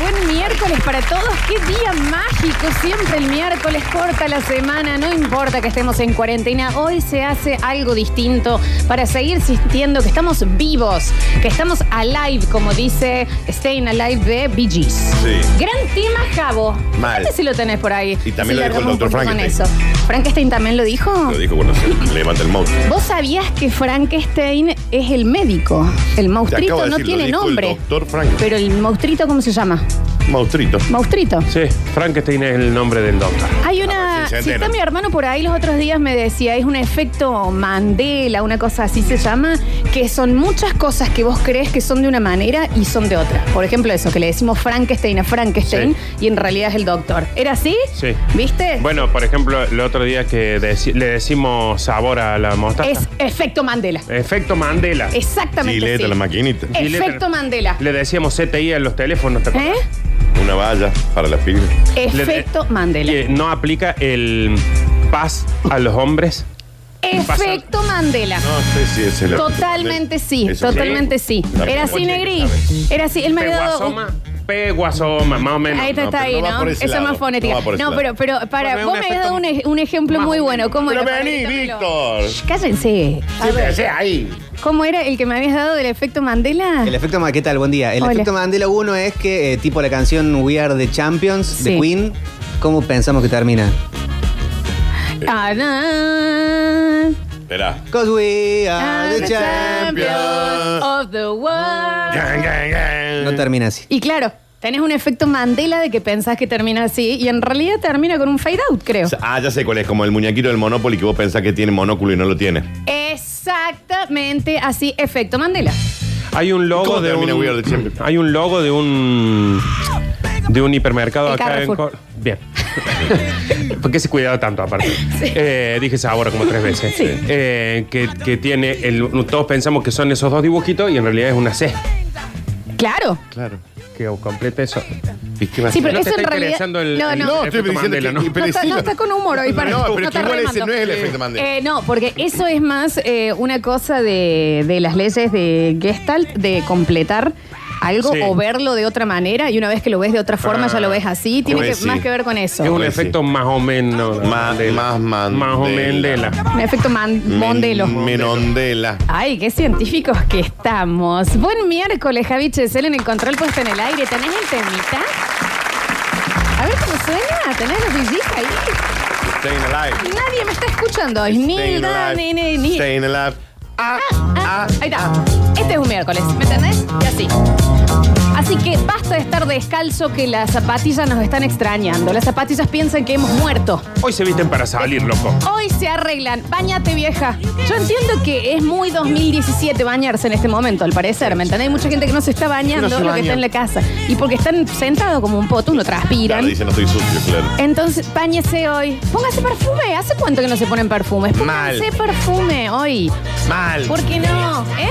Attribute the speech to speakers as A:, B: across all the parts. A: Buen miércoles para todos. Qué día mágico. Siempre el miércoles corta la semana. No importa que estemos en cuarentena. Hoy se hace algo distinto para seguir sintiendo que estamos vivos, que estamos alive, como dice Staying Alive de Bee Gees.
B: Sí.
A: Gran tema, Jabo.
B: Mal.
A: Fíjate si lo tenés por ahí.
B: Y también
A: Si
B: lo dijo el
A: largamos un
B: Dr.
A: poco con eso.
B: Frankenstein.
A: ¿Frankenstein también lo dijo?
B: Lo dijo cuando se levanta el mouse.
A: ¿Vos sabías que Frankenstein es el médico? El maustrito no tiene nombre.
B: Doctor Frank.
A: Pero el maustrito, ¿cómo se llama?
B: Maustrito.
A: Maustrito.
C: Sí, Frankenstein es el nombre del doctor.
A: Hay
B: A
A: una.
B: ver si se
A: Si está
B: enteran.
A: mi hermano por ahí los otros días me decía, es un efecto Mandela, una cosa así se llama, que son muchas cosas que vos crees que son de una manera y son de otra. Por ejemplo, eso, que le decimos Frankenstein a Frankenstein y en realidad es el doctor. ¿Era así?
C: Sí.
A: ¿Viste?
C: Bueno, por ejemplo, el otro día que deci- le decimos sabor a la mostaza.
A: es efecto Mandela.
C: Efecto Mandela.
A: Exactamente.
B: Chileta,
A: sí. Eh.
B: la maquinita.
C: Y le-
A: Efecto Mandela.
C: Le decíamos CTI en los teléfonos. ¿te
A: ¿Eh?
C: acordás?
B: Una valla para la aspirina.
C: Le de-
A: Efecto Mandela.
C: Que no aplica el paz a los hombres.
A: Efecto Mandela.
B: No sé si es el.
A: Totalmente sí,
B: Eso
A: totalmente sí.
B: También.
A: Era así,
B: Oye,
A: Negri.
B: ¿sabes?
A: Era así. Él me había dado.
C: Peguasoma. Peguasoma, más o menos.
A: Ahí está,
B: No,
A: está
B: pero
A: ahí,
B: no va
A: ¿no?
B: por ese
A: Esa es
B: lado,
A: más fonética.
B: no va por ese
A: No, pero,
B: lado.
A: pero para,
C: Bueno, es
A: vos
C: un
A: me habías dado un, ej- un ejemplo
C: más
A: muy
C: o
A: bueno. ¿Cómo
B: Pero
A: era?
B: vení,
A: Dígamelo.
B: Víctor.
A: Cállense. A ver,
C: Sí, ahí.
A: ¿Cómo era el que me habías dado del efecto Mandela?
D: El efecto Mandela, ¿qué tal? Buen día. El
A: Hola.
D: efecto Mandela uno es que, eh, tipo la canción We Are the Champions
A: Sí.
D: de Queen, ¿cómo pensamos que termina?
A: Ah, na-
B: Esperá.
D: Cause we
A: ah,
D: are the
A: the
D: champions.
A: champions of the world.
B: Gang, gang, gang.
D: No termina así.
A: Y claro, tenés un efecto Mandela de que pensás que termina así y en realidad termina con un fade out, creo.
B: Ah, ya sé cuál es. Como el muñequito del Monopoly que vos pensás que tiene monóculo y no lo tiene.
A: Exactamente así, efecto Mandela.
C: Hay un logo
B: ¿Cómo
C: de
B: termina
C: un,
B: We Are the Champions?
C: Hay un logo de un de un hipermercado
A: El
C: acá
A: Carrefour.
C: en Cor- Bien. ¿Por qué se cuidaba tanto aparte? Eh, dije sabor como tres veces. Eh, que, que tiene el- todos pensamos que son esos dos dibujitos y en realidad es una C.
A: Claro.
B: Claro.
C: Que complete eso.
B: ¿Y qué va a
A: Sí,
B: hacer?
A: pero
C: no te
A: eso en
C: está
A: realidad.
C: interesando el-
A: no,
C: el-
A: no.
B: No, estoy
C: efecto
B: diciendo
C: Mandela,
B: que-
C: ¿no?
B: y- pero
A: No está,
B: decilo.
A: no está con humor hoy, para
B: No, pero es
A: está
B: que igual ese
A: remando.
B: no es el efecto Mandela.
A: Eh, no, porque eso es más eh, una cosa de, de las leyes de Gestalt, de completar algo
C: Sí. Ah,
A: o verlo de otra manera, y una vez que lo ves de otra forma ya lo ves así, tiene que,
B: pues sí.
A: más que ver con eso.
C: Es un
B: Ahora sí.
C: efecto más o menos.
B: Más- más Mandela.
C: Más o menos.
A: Un efecto man- Mondelo.
B: Men- Menondela.
A: Ay, qué científicos que estamos. Buen miércoles, Javi Chesel en el control puesto en el aire. ¿Tenés el temita? A ver cómo suena. ¿Tenés los DJs ahí?
B: Staying alive.
A: Nadie me está escuchando hoy. Ni
B: Staying
A: Dani, ni,
B: alive.
A: ni.
B: Staying alive. Ah,
A: Ah,
B: ah,
A: ahí está. Este es un miércoles, ¿me entendés? Y así. Así que basta de estar descalzo que las zapatillas nos están extrañando. Las zapatillas piensan que hemos muerto.
C: Hoy se visten para salir, loco.
A: Hoy se arreglan. Báñate, vieja. Yo entiendo que es muy 2017 bañarse en este momento, al parecer. ¿Me entendés? Hay mucha gente que no se está bañando,
B: No se
A: lo que está
B: baña.
A: en la casa. Y porque están sentados como un poto, uno transpiran.
B: Claro, dice no estoy sucio, claro.
A: Entonces, bañese hoy. Póngase perfume. ¿Hace cuánto que no se ponen perfumes?
B: Mal.
A: Póngase perfume hoy.
B: Mal.
A: ¿Por qué no? ¿Eh?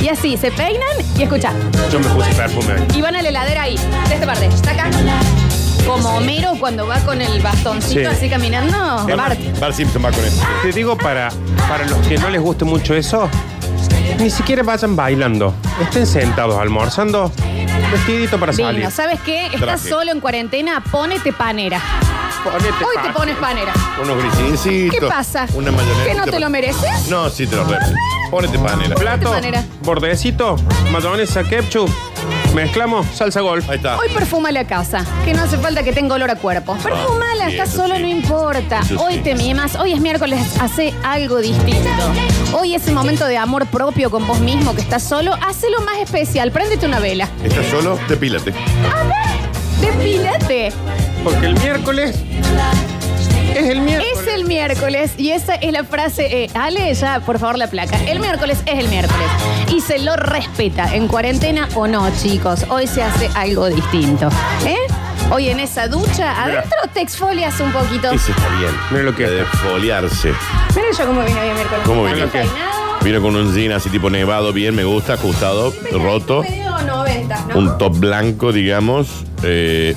A: Y así, se peinan y escucha.
C: Yo me puse perfume. hoy.
A: Y van a la heladera ahí, de esta parte. Está acá. Como Homero cuando va con el bastoncito
C: Sí.
A: así caminando. Bart.
B: Bart Simpson va con eso.
C: Te digo para, para los que no les guste mucho eso, ni siquiera vayan bailando. Estén sentados almorzando, vestidito para salir.
A: Digno. ¿Sabes qué? Estás
B: Traje.
A: solo en cuarentena, ponete panera.
C: Ponete
A: Hoy te
C: pa-
A: pones panera.
B: Unos grisincitos.
A: ¿Qué pasa?
B: Una mayonesa.
A: ¿Que no te lo mereces?
B: No, sí te lo re. Ponete panela.
C: Plato,
A: manera.
C: bordecito, mayonesa, ketchup, mezclamos, salsa golf.
B: Ahí está.
A: Hoy perfuma la casa, que no hace falta que tenga olor a cuerpo. Perfumala,
B: sí,
A: estás
B: Ah, eso
A: solo,
B: sí.
A: no importa.
B: Eso
A: Hoy
B: sí.
A: te mimas, hoy es miércoles, hace algo distinto. Hoy es el momento de amor propio con vos mismo, que estás solo, hacelo más especial, préndete una vela.
B: ¿Estás solo? Depílate.
A: Despídate.
C: Porque el miércoles es el miércoles.
A: Es el miércoles y esa es la frase. eh, Ale, ya, por favor, la placa. El miércoles es el miércoles. Y se lo respeta, en cuarentena o no, chicos. Hoy se hace algo distinto. ¿Eh? Hoy en esa ducha, adentro te exfolias un poquito.
B: Ese está bien.
C: Mira lo que
B: De
C: es.
B: foliarse.
A: Mira yo cómo vine hoy el miércoles.
B: ¿Cómo
A: Mal
B: vino?
A: peinado.
B: Vino con un jean así tipo nevado, bien, me gusta, ajustado, roto.
A: Medio 90, ¿no?
B: Un top blanco, digamos. eh,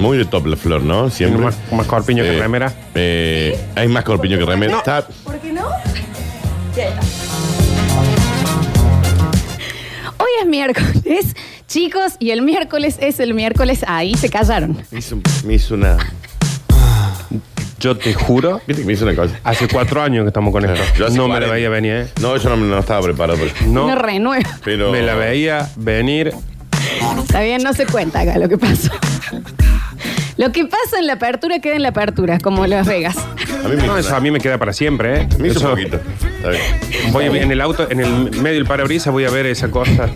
B: muy de top la flor, ¿no? Siempre.
C: Tiene más- más corpiño que remera.
B: eh, hay más corpiño que remera. Está-
A: ¿Por qué no? Hoy es miércoles. Chicos, y el miércoles es el miércoles. Ahí se callaron.
B: Me hizo, me hizo una.
C: Yo te juro,
B: ¿Viste que me hizo una cosa?
C: hace cuatro años que estamos con esto.
B: Yo hace
C: no me la
B: 40.
C: veía venir, ¿eh?
B: No, yo no, me- no estaba preparado. por eso.
C: No,
A: No renueva.
B: Pero.
C: me la veía venir.
A: Está bien, no se cuenta acá lo que pasó. Lo que pasa en la apertura queda en la apertura, como Las Vegas.
B: A mí me hizo,
C: No, eso a mí me queda para siempre, ¿eh?
B: me hizo
C: Eso-
B: un poquito. Está bien.
C: Voy a- en el auto, en el medio del parabrisas, voy a ver esa cosa.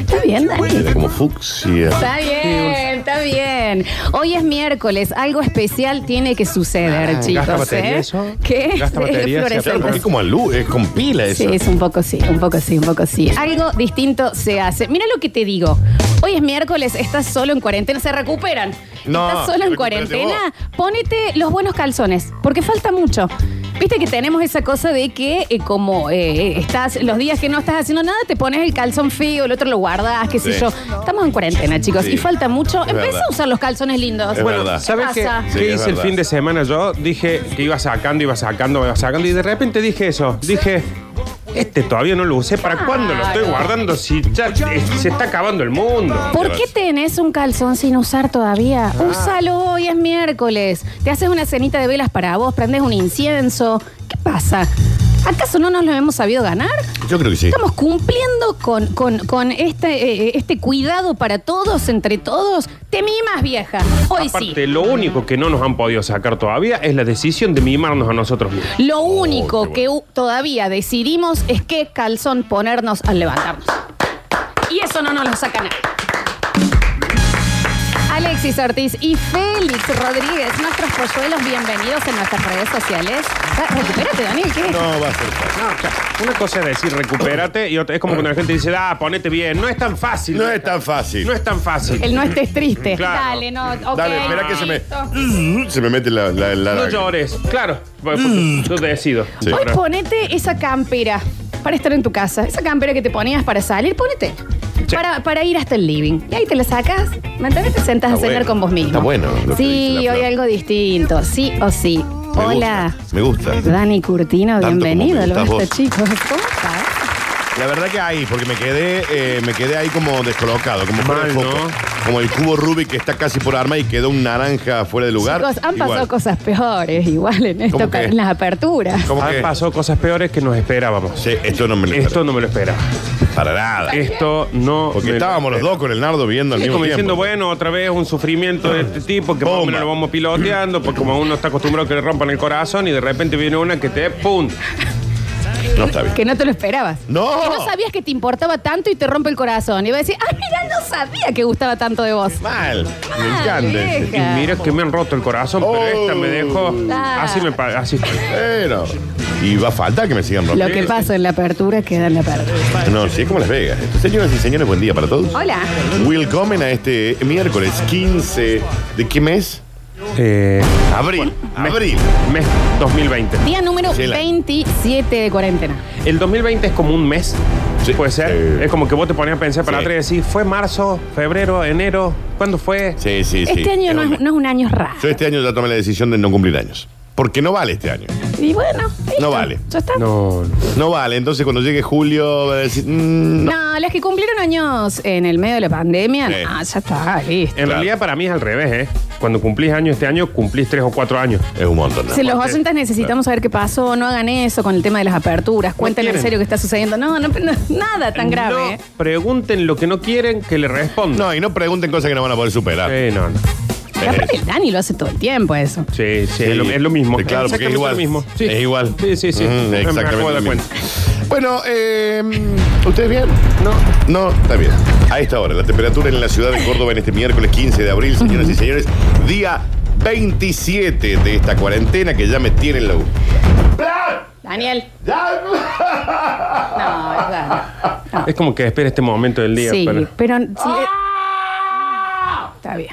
A: Está bien, Dani.
B: Era como fucsia.
A: Está bien, está bien. Hoy es miércoles, algo especial tiene que suceder,
C: Ah,
A: chicos.
C: ¿gasta batería
A: ¿eh?
C: eso?
A: ¿Qué?
C: ¿Gasta
A: Sí,
C: batería?
A: fluorescente.
B: Claro, porque es como a luz, es con pila eso.
A: Sí, es un poco sí, un poco sí, un poco sí. Algo distinto se hace. Mira lo que te digo. Hoy es miércoles, estás solo en cuarentena, se recuperan.
B: No,
A: estás solo en
B: recupérate
A: cuarentena, ponete los buenos calzones, porque falta mucho. Viste que tenemos esa cosa de que eh, como eh, estás los días que no estás haciendo nada, te pones el calzón feo, el otro lo guardas, qué sé
B: Sí.
A: yo. Estamos en cuarentena, chicos,
B: Sí.
A: y falta mucho.
B: Es
A: Empieza
B: verdad.
A: a usar los calzones lindos.
B: Es
A: Bueno,
B: verdad.
A: ¿qué
C: ¿Sabes qué,
A: pasa?
B: Sí,
C: qué
B: es
C: hice el
B: verdad.
C: fin de semana? Yo dije que iba sacando, iba sacando, iba sacando y de repente dije eso. Dije, este todavía no lo usé. ¿Para
A: Claro.
C: cuándo lo estoy guardando si ya eh, se está acabando el mundo?
A: ¿Por qué tenés un calzón sin usar todavía? Úsalo hoy, es miércoles. Te haces una cenita de velas para vos, prendes un incienso. ¿Qué pasa? ¿Acaso no nos lo hemos sabido ganar?
B: Yo creo que sí.
A: Estamos cumpliendo con, con- con este, eh, este cuidado para todos, entre todos. Te mimas, vieja. Hoy sí.
C: Aparte, lo único que no nos han podido sacar todavía es la decisión de mimarnos a nosotros mismos.
A: Lo único
B: Oh, qué
A: que u- todavía decidimos es qué calzón ponernos al levantarnos. Y eso no nos lo saca nadie. Alexis Ortiz y Félix Rodríguez, nuestros polluelos, bienvenidos en nuestras redes sociales. Ah, Recupérate, Daniel, ¿qué?
B: No va a ser fácil.
C: Una cosa es decir, recupérate, y otra es como cuando la gente dice, ah, ponete bien. No es tan fácil.
B: No es tan fácil.
C: No es tan fácil.
A: El no estés triste.
C: Claro.
A: Dale, no, ok.
B: Dale, espera que se
A: listo.
B: me. Se me mete la. la, la-
C: No llores. Claro, porque
B: pues,
C: yo decido.
B: Sí.
A: Hoy
C: Ahora,
A: ponete esa campera para estar en tu casa. Esa campera que te ponías para salir, ponete.
C: Sí.
A: Para, para ir hasta el living. Y ahí te la sacas, ¿entendés? Te sentas
B: Está
A: a cenar
B: bueno,
A: con vos mismo.
B: está bueno lo que
A: Sí,
B: dice la
A: hoy
B: Flor.
A: algo distinto. Sí o sí.
B: Me
A: Hola.
B: gusta, me gusta.
A: Dani Curtino,
B: Tanto como
A: bienvenido.
B: me
A: Lo
B: gustás
A: gusta,
B: vos.
A: chicos. ¿Cómo estás?
B: La verdad que ahí, porque me quedé, eh, me quedé ahí como descolocado, como fuera de
C: Mal,
B: foco.
C: ¿no?
B: Como el cubo Rubik que está casi por arma y quedó un naranja fuera de lugar.
A: Chicos, han pasado
B: Igual.
A: cosas peores igual en esto,
B: ¿Cómo qué?
A: en las aperturas.
B: ¿Cómo
C: han
B: que?
C: pasado cosas peores que nos esperábamos.
B: Sí, esto no me lo
C: Esto no me lo esperaba.
B: Para nada.
C: Esto no.
B: Porque
C: me-
B: estábamos los dos con el nardo viendo al
C: Es
B: mismo
C: como
B: tiempo.
C: diciendo, bueno, otra vez un sufrimiento de este tipo que más o
B: Bomba.
C: menos lo vamos piloteando, porque como uno está acostumbrado a que le rompan el corazón y de repente viene una que te ¡pum!
B: No está bien.
A: Que no te lo esperabas.
B: ¡No!
A: Que no sabías que te importaba tanto y te rompe el corazón. Y va a decir, ah, mira, no sabía que gustaba tanto de vos.
B: Mal. Me
A: Mal,
B: encanta. ese.
A: vieja.
C: Y mira que me han roto el corazón,
B: Oh.
C: pero esta me dejó.
A: Ah.
C: Así me pa- así estoy.
B: Pero. Y va a faltar que me sigan
A: Lo
B: rompiendo.
A: que pasa en la apertura queda en la apertura.
B: No, sí, es como Las Vegas. Señoras y señores, buen día para todos.
A: Hola.
B: Welcome a este miércoles 15 de qué mes?
C: Eh,
B: Abril. Abril.
C: mes 2020.
A: Día número
B: Sí, la-
A: 27 de cuarentena.
C: El 2020 es como un mes.
B: Sí.
C: Puede ser.
B: Sí.
C: Es como que vos te ponías a pensar para
B: Sí.
C: atrás y decís, ¿fue marzo, febrero, enero? ¿Cuándo fue?
B: Sí, sí, sí.
A: este año no es, no es un año raro.
B: Yo este año ya tomé la decisión de no cumplir años. Porque no vale este año.
A: Y bueno, listo.
B: No vale.
A: Ya está. No.
C: No, no.
B: No vale. Entonces cuando llegue julio va a decir. mm, no.
A: los que cumplieron años en el medio de la pandemia,
B: Sí. Eh,
A: no, ya está, listo.
C: En
B: Claro.
C: realidad para mí es al revés, ¿eh? Cuando cumplís años este año, cumplís tres o cuatro años.
B: Es un montón. ¿no?
A: Si los docentes necesitamos saber qué pasó, no hagan eso con el tema de las aperturas, cuenten en
C: quieren.
A: serio qué está sucediendo. No, no, no, nada tan grave. ¿eh?
C: No pregunten lo que no quieren que le respondan.
B: No, y no pregunten cosas que no van a poder superar.
C: Sí, no, no.
B: Es
A: Aparte,
B: eso.
A: el Dani lo hace todo el tiempo eso.
C: Sí, sí,
B: Sí.
C: Es, lo, es lo mismo.
B: Sí, claro, porque es
C: Exactamente
B: igual.
C: lo mismo. Sí.
B: Es igual.
C: Sí, sí, sí.
B: Mm,
C: Me acabo de
B: exactamente.
C: dar
B: lo mismo.
C: cuenta.
B: Bueno, eh, ¿ustedes bien? No. No, está bien. A esta hora, la temperatura en la ciudad de Córdoba en este miércoles 15 de abril, señoras y señores, día 27 de esta cuarentena que ya me tienen la...
A: Daniel.
B: ¡Ya!
A: No, es verdad.
C: Es como que espera este momento del día.
A: Sí,
C: para-
B: ¡Ah!
A: pero. sí, eh, Está bien.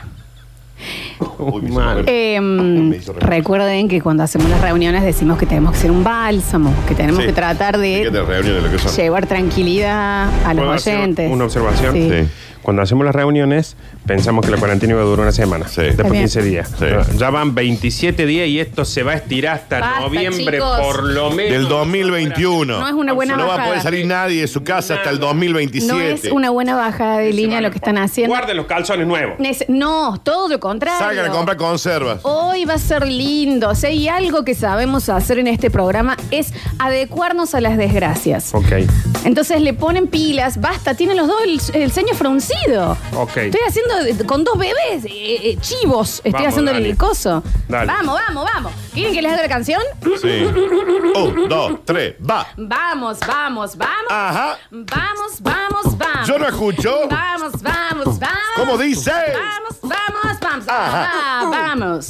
B: Uy, me hizo
C: Mal.
B: reír.
A: Eh,
B: Ah, Me hizo reír.
A: recuerden que cuando hacemos las reuniones decimos que tenemos que ser un bálsamo, que tenemos
B: Sí.
A: que tratar
B: Fíjate,
A: de
B: reuniones de lo que son.
A: llevar tranquilidad a
C: ¿Puedo
A: los
C: hacer
A: oyentes.
C: Una observación.
A: Sí.
B: Sí.
C: Cuando hacemos las reuniones, pensamos que la cuarentena iba a durar una semana.
B: Sí. Está
C: Después
A: bien.
C: 15 días.
B: Sí.
C: Ya van 27 días y esto se va a estirar hasta
A: Basta,
C: noviembre,
A: chicos.
C: por lo menos.
B: Del 2021.
A: No es una buena
B: No va a
A: bajada.
B: poder salir nadie de su casa hasta el 2027.
A: No es una buena bajada de línea lo que están haciendo.
C: Guarden los calzones nuevos.
A: Nece- No, todo lo contrario.
B: Salgan a comprar conservas.
A: Hoy va a ser lindo. Si hay algo que sabemos hacer en este programa es adecuarnos a las desgracias.
C: Ok.
A: Entonces le ponen pilas, basta, tienen los dos el, el ceño fruncido.
C: Ok.
A: Estoy haciendo eh, con dos bebés, eh, eh, chivos, estoy
C: Vamos,
A: haciendo
C: dale.
A: el coso.
C: Dale.
A: Vamos, vamos, vamos. ¿Quieren que les haga la canción?
B: Sí. Un, dos, tres, va.
A: Vamos, vamos, vamos.
B: Ajá.
A: Vamos, vamos, vamos.
B: Ah. Yo no escucho.
A: Vamos, vamos, vamos.
B: ¿Cómo dice?
A: Vamos, vamos, vamos.
B: Ajá.
A: Ah, vamos.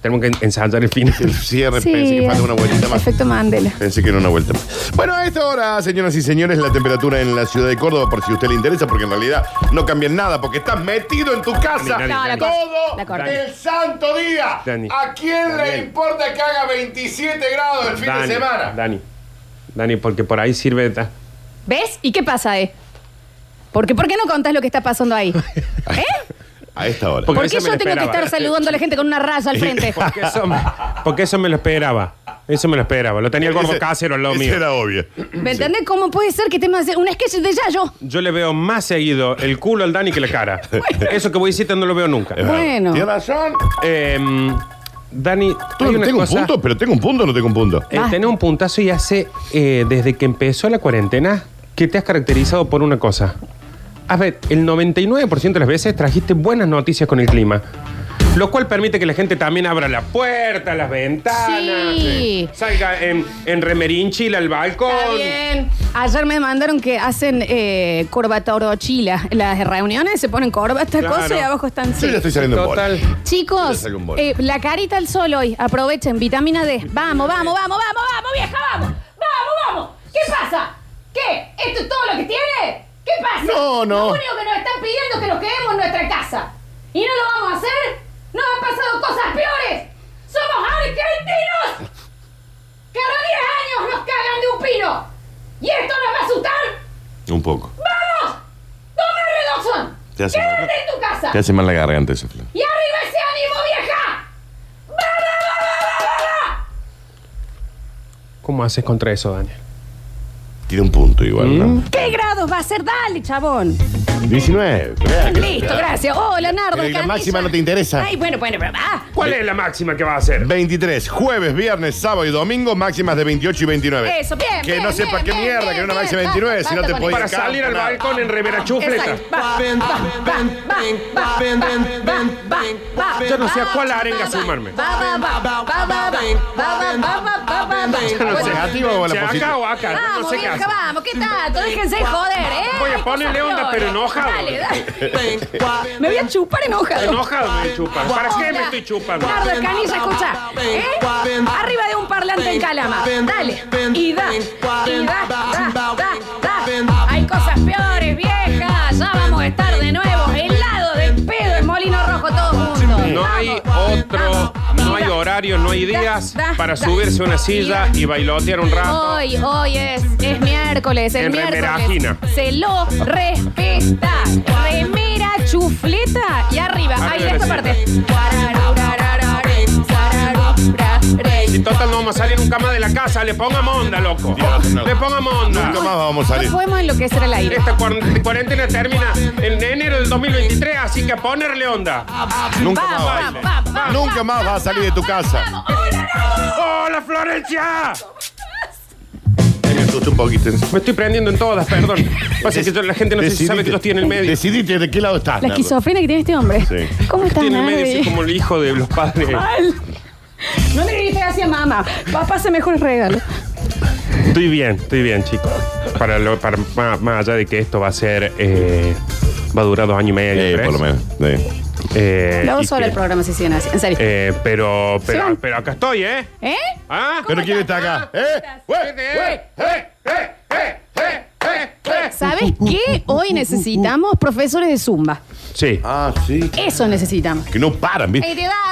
C: Tenemos que ensayar el final.
B: El cierre, pensé que falta una vueltita más.
A: Efecto Mandela.
B: Pensé que era una vuelta más. Bueno, a esta hora, señoras y señores, la temperatura en la ciudad de Córdoba, por si a usted le interesa, porque en realidad no cambia en nada, porque estás metido en tu casa
C: Dani,
A: No, la corto, la
B: todo
A: corto.
B: el santo día.
C: Dani.
B: ¿A quién le
C: Daniel.
B: importa que haga 27 grados el fin
C: Dani,
B: de semana?
C: Dani. Dani, porque por ahí sirve. ta-
A: ¿Ves? ¿Y qué pasa, eh? Porque, ¿Por qué no contás lo que está pasando ahí? ¿Eh?
B: A esta hora.
A: ¿Por
C: Porque
A: qué
C: esa me
A: yo
C: la
A: tengo que
C: esperaba.
A: estar saludando a la gente con una raya al frente?
C: Porque eso, me, porque eso me lo esperaba. Eso me lo esperaba. Lo tenía el gordo
B: Ese-
C: casero al lado
B: ese
C: mío.
B: era obvio.
A: ¿Me entendés? ¿Cómo puede ser que te hacer un sketch de Yayo?
C: Yo le veo más seguido el culo al Dani que la cara. Eso que voy diciendo no lo veo nunca.
A: Bueno.
B: Tienes razón.
C: Em, Dani,
B: Tú
C: hay
B: no
C: una
B: tengo
C: cosa.
B: un punto, pero tengo un punto o no tengo un punto.
C: eh,
A: Basta.
C: tenés un puntazo y hace, eh, desde que empezó la cuarentena, que te has caracterizado por una cosa. A ver, el 99% de las veces trajiste buenas noticias con el clima. Lo cual permite que la gente también abra la puerta, las ventanas,
A: Sí.
C: eh, salga en, en remerinchila al balcón.
A: Está bien. Ayer me mandaron que hacen eh, corbatorochila. Las reuniones se ponen corbata,
C: Claro.
A: cosa y abajo están
B: Yo
A: sí.
B: ya estoy saliendo en bola.
C: Total.
B: Yo le
A: Chicos,
B: saco un bol.
A: eh, la carita al sol hoy. Aprovechen, vitamina D. Vamos, vamos, vamos, vamos, vamos, vieja, vamos. Vamos, vamos. ¿Qué pasa? ¿Qué? ¿Esto es todo lo que tiene? ¿Qué pasa?
B: No, no.
A: Lo único que nos están pidiendo es que nos quedemos en nuestra casa. Y no lo vamos a hacer. Nos han pasado cosas peores. Somos argentinos. Cada 10 años nos cagan de un pino. ¿Y esto nos va a asustar?
B: Un poco.
A: ¡Vamos! ¡Toma redoxón!
B: Te hace mal.
A: ¡Quédate en tu casa!
B: Te hace mal la garganta ese Flor.
A: ¡Y arriba ese ánimo, vieja!
C: ¿Cómo haces contra eso, Daniel?
B: Tiene un punto igual, ¿no?
A: ¿Qué grados va a ser? Dale, chabón.
B: 19. Vea, que-
A: Listo, gracias. Oh, Hola, Nardo.
B: Pero y la
A: Canilla.
B: máxima no te interesa.
A: Ay, bueno, bueno, pero. Ah,
C: ¿Cuál es la máxima que va a hacer?
B: 23, jueves, viernes, sábado y domingo, máximas de 28 y 29.
A: eso, bien.
B: Que
A: bien,
B: no
A: bien,
B: sepa qué
A: bien,
B: mierda,
A: bien,
B: que era una
A: bien.
B: máxima 29,
A: Basta,
B: si no te
A: basta
B: podías-
C: Para salir al
B: Nada.
C: balcón en remera
A: con eso.
C: chufleta.
A: Ah, Exacto. Va, va, va, va, va, va, va, va, va,
C: Yo no sé a
A: va,
C: cuál
A: va,
C: arenga
A: va,
C: sumarme.
A: Va, va, va, va, va, va, va, va, va, va, va, va.
B: Yo no sé,
A: Bueno,
B: ¿activa o la
C: Che, acá o
B: positiva?
C: acá, no
A: Vamos,
C: sé qué
A: vieja,
C: hace.
A: vamos, ¿qué tanto? Déjense de joder, ¿eh?
C: Voy a
A: Hay
C: ponerle
A: cosas peores.
C: onda, pero enojado.
A: Dale, dale. Me voy a chupar enojado.
C: Enojado me chupan. ¿Para qué me estoy chupando?
A: Nardo Escanilla, escucha. ¿eh? Arriba de un parlante en Calama. Dale. Y da. Y da, da, da, da. Hay cosas peores, vieja. Ya vamos a estar de nuevo helado de pedo en Molino Rojo todo el mundo.
C: No hay
A: Vamos,
C: otro,
A: vamos.
C: no
A: Y
C: hay
A: da.
C: horario, no hay días
A: Da, da,
C: para
A: da.
C: subirse a una silla
A: Y da.
C: y bailotear un rato.
A: Hoy, hoy es, es miércoles, el
C: En
A: miércoles.
C: remerajina.
A: Se lo respeta. Remera, chufleta y arriba.
C: Arriba
A: Ahí,
C: de la
A: esta
C: silla.
A: parte. Tararurararare, tararurarare.
C: Si total no vamos a salir nunca más de la casa, le pongamos onda, loco.
B: Dios, no.
C: Le pongamos
B: Nunca
C: onda.
B: más vamos a salir.
A: No podemos enloquecer el aire.
C: Esta cuaren- cuarentena termina en enero del 2023, así que ponerle onda.
B: Nunca
A: Vamos,
B: más.
A: vamos, vamos, vamos,
B: Nunca
A: vamos,
B: más vas a salir de tu casa.
A: vamos. Hola, Nardo.
C: ¡Hola, Florencia!
B: Me asusté un poquito.
C: Me estoy prendiendo en todas, perdón. Pasa que yo- la gente no sé si
B: Decidite-
C: sabe que los tiene en el medio.
B: Decidite de qué lado estás.
A: La
B: Nardo.
A: esquizofrenia que tiene este hombre.
B: Sí.
A: ¿Cómo está
C: Tiene en el medio,
A: nadie?
C: soy como el hijo de los padres.
A: Mal. No le grites así a mamá. Papá hace mejores regalos.
C: Estoy bien, estoy bien, chicos. Para, lo- para más, más allá de que esto va a ser. eh, va a durar dos años y medio.
B: Eh,
C: tres.
B: por lo menos. sí.
C: Eh,
A: Lo
C: y
A: hago solo
C: que-
A: el programa si siguen así. En serio.
C: eh, pero, pero,
A: van.
C: pero acá estoy, ¿eh?
A: ¿Eh?
C: ¿Ah?
B: ¿Pero quién está acá? ¿Eh?
A: estás?
B: ¡Eh! ¡Eh! ¡Eh! ¡Eh! ¡Eh! ¡Eh! ¡Eh!
A: ¿Sabes qué? Hoy necesitamos profesores de zumba.
C: Sí.
B: Ah, sí.
A: Eso necesitamos.
B: Que no paran, ¿viste?
A: Eh, de da, da, da,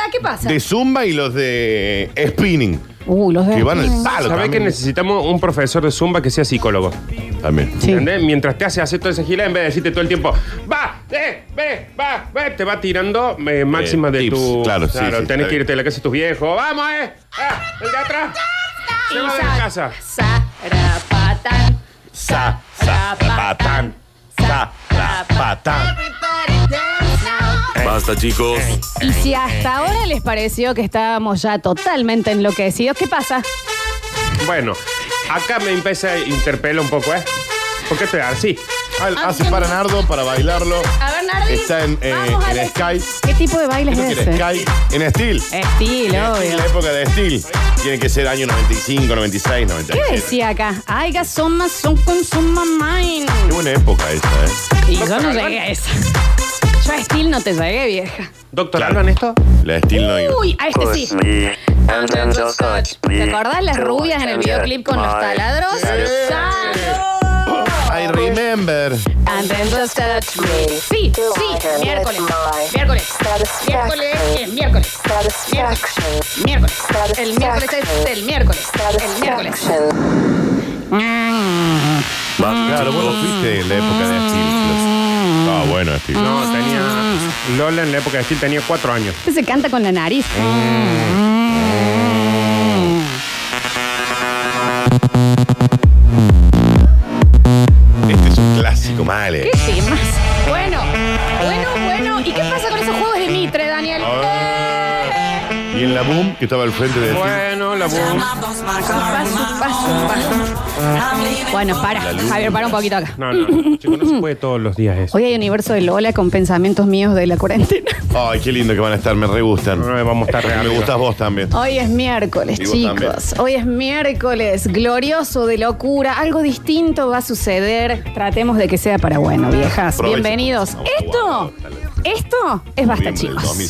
A: da, da, ¿Qué pasa?
B: De Zumba y los de spinning.
A: Uh, los de-
B: Que van al palo.
C: ¿Sabés que
B: también.
C: necesitamos un profesor de Zumba que sea psicólogo?
B: También.
A: Sí.
C: ¿Entendés? Mientras te hace hacer toda esa gira, en vez de decirte todo el tiempo, va, eh, ve, va, ve, te va tirando eh, máxima de
B: tips,
C: tu.
B: claro, sí, sí, está
C: tenés que
B: bien.
C: irte a la casa de tus viejos. ¡Vamos, eh! ¡Ah! ¡El de atrás! ¡Se va de la casa!
A: Zarapatán.
B: Sa, sa, patán. Sa, sa, patán.
E: Basta, chicos.
A: Y si hasta ahora les pareció que estábamos ya totalmente enloquecidos, ¿qué pasa?
C: Bueno, acá me empieza a interpelar un poco, ¿eh? ¿Por qué te da así?
B: Al- Hace para Nardo para bailarlo.
A: A ver, Nardi.
B: Está en, eh,
A: Vamos a
B: en
A: ver.
B: Sky.
A: ¿Qué tipo de baile es
B: Creo que
A: ese?
B: era Sky. En Steel.
A: Estilo,
B: En la
A: obvio.
B: época de Steel. Tiene que ser año 95, 96, 97.
A: ¿Qué decía acá? Ay, got so much son con so much mind.
B: Qué buena época esa, ¿eh?
A: Y yo no llegué a esa. Yo a Steel no te llegué, vieja.
C: Doctor,
B: Claro.
C: ¿hablan esto?
B: La de Steel no iba.
A: Uy, a este sí. ¿Te acordás las rubias en el videoclip con los taladros? ¡Salo!
B: I remember.
A: And then just touch me. Sí, sí, miércoles. Miércoles. Miércoles es miércoles. Miércoles. El miércoles es el miércoles. El miércoles.
E: Basta,
B: Claro, vos no
E: chicos.
B: fuiste en la época de Steel. Los- Ah, bueno, Steel.
C: No, tenía. Lola en la época de Steel tenía cuatro años.
A: Este se canta con la nariz.
B: Este es un clásico, mal,
A: ¿Qué
B: ¿eh?
A: temas? Bueno, bueno, bueno. ¿Y qué pasa con esos juegos de Mitre, Daniel?
B: Ah. Y en la boom, que estaba al frente de Steel.
C: Bueno, la voz.
A: Paso, paso, paso. Bueno, para. Javier, para un poquito acá.
C: No, no, no. Chicos, no se puede todos los días eso.
A: Hoy hay universo de Lola con pensamientos míos de la cuarentena.
B: Ay, qué lindo que van a estar, me re gustan.
C: No, no, vamos a estar re
B: Me
C: arriba.
B: gustas vos también.
A: Hoy es miércoles,
B: Y vos
A: chicos. Hoy es miércoles, glorioso de locura. Algo distinto va a suceder. Tratemos de que sea para bueno, viejas.
B: Aprovechen.
A: Bienvenidos.
B: No,
A: Esto,
B: aguantalo.
A: esto es basta,
B: Noviembre del
A: chicos.
B: 2000.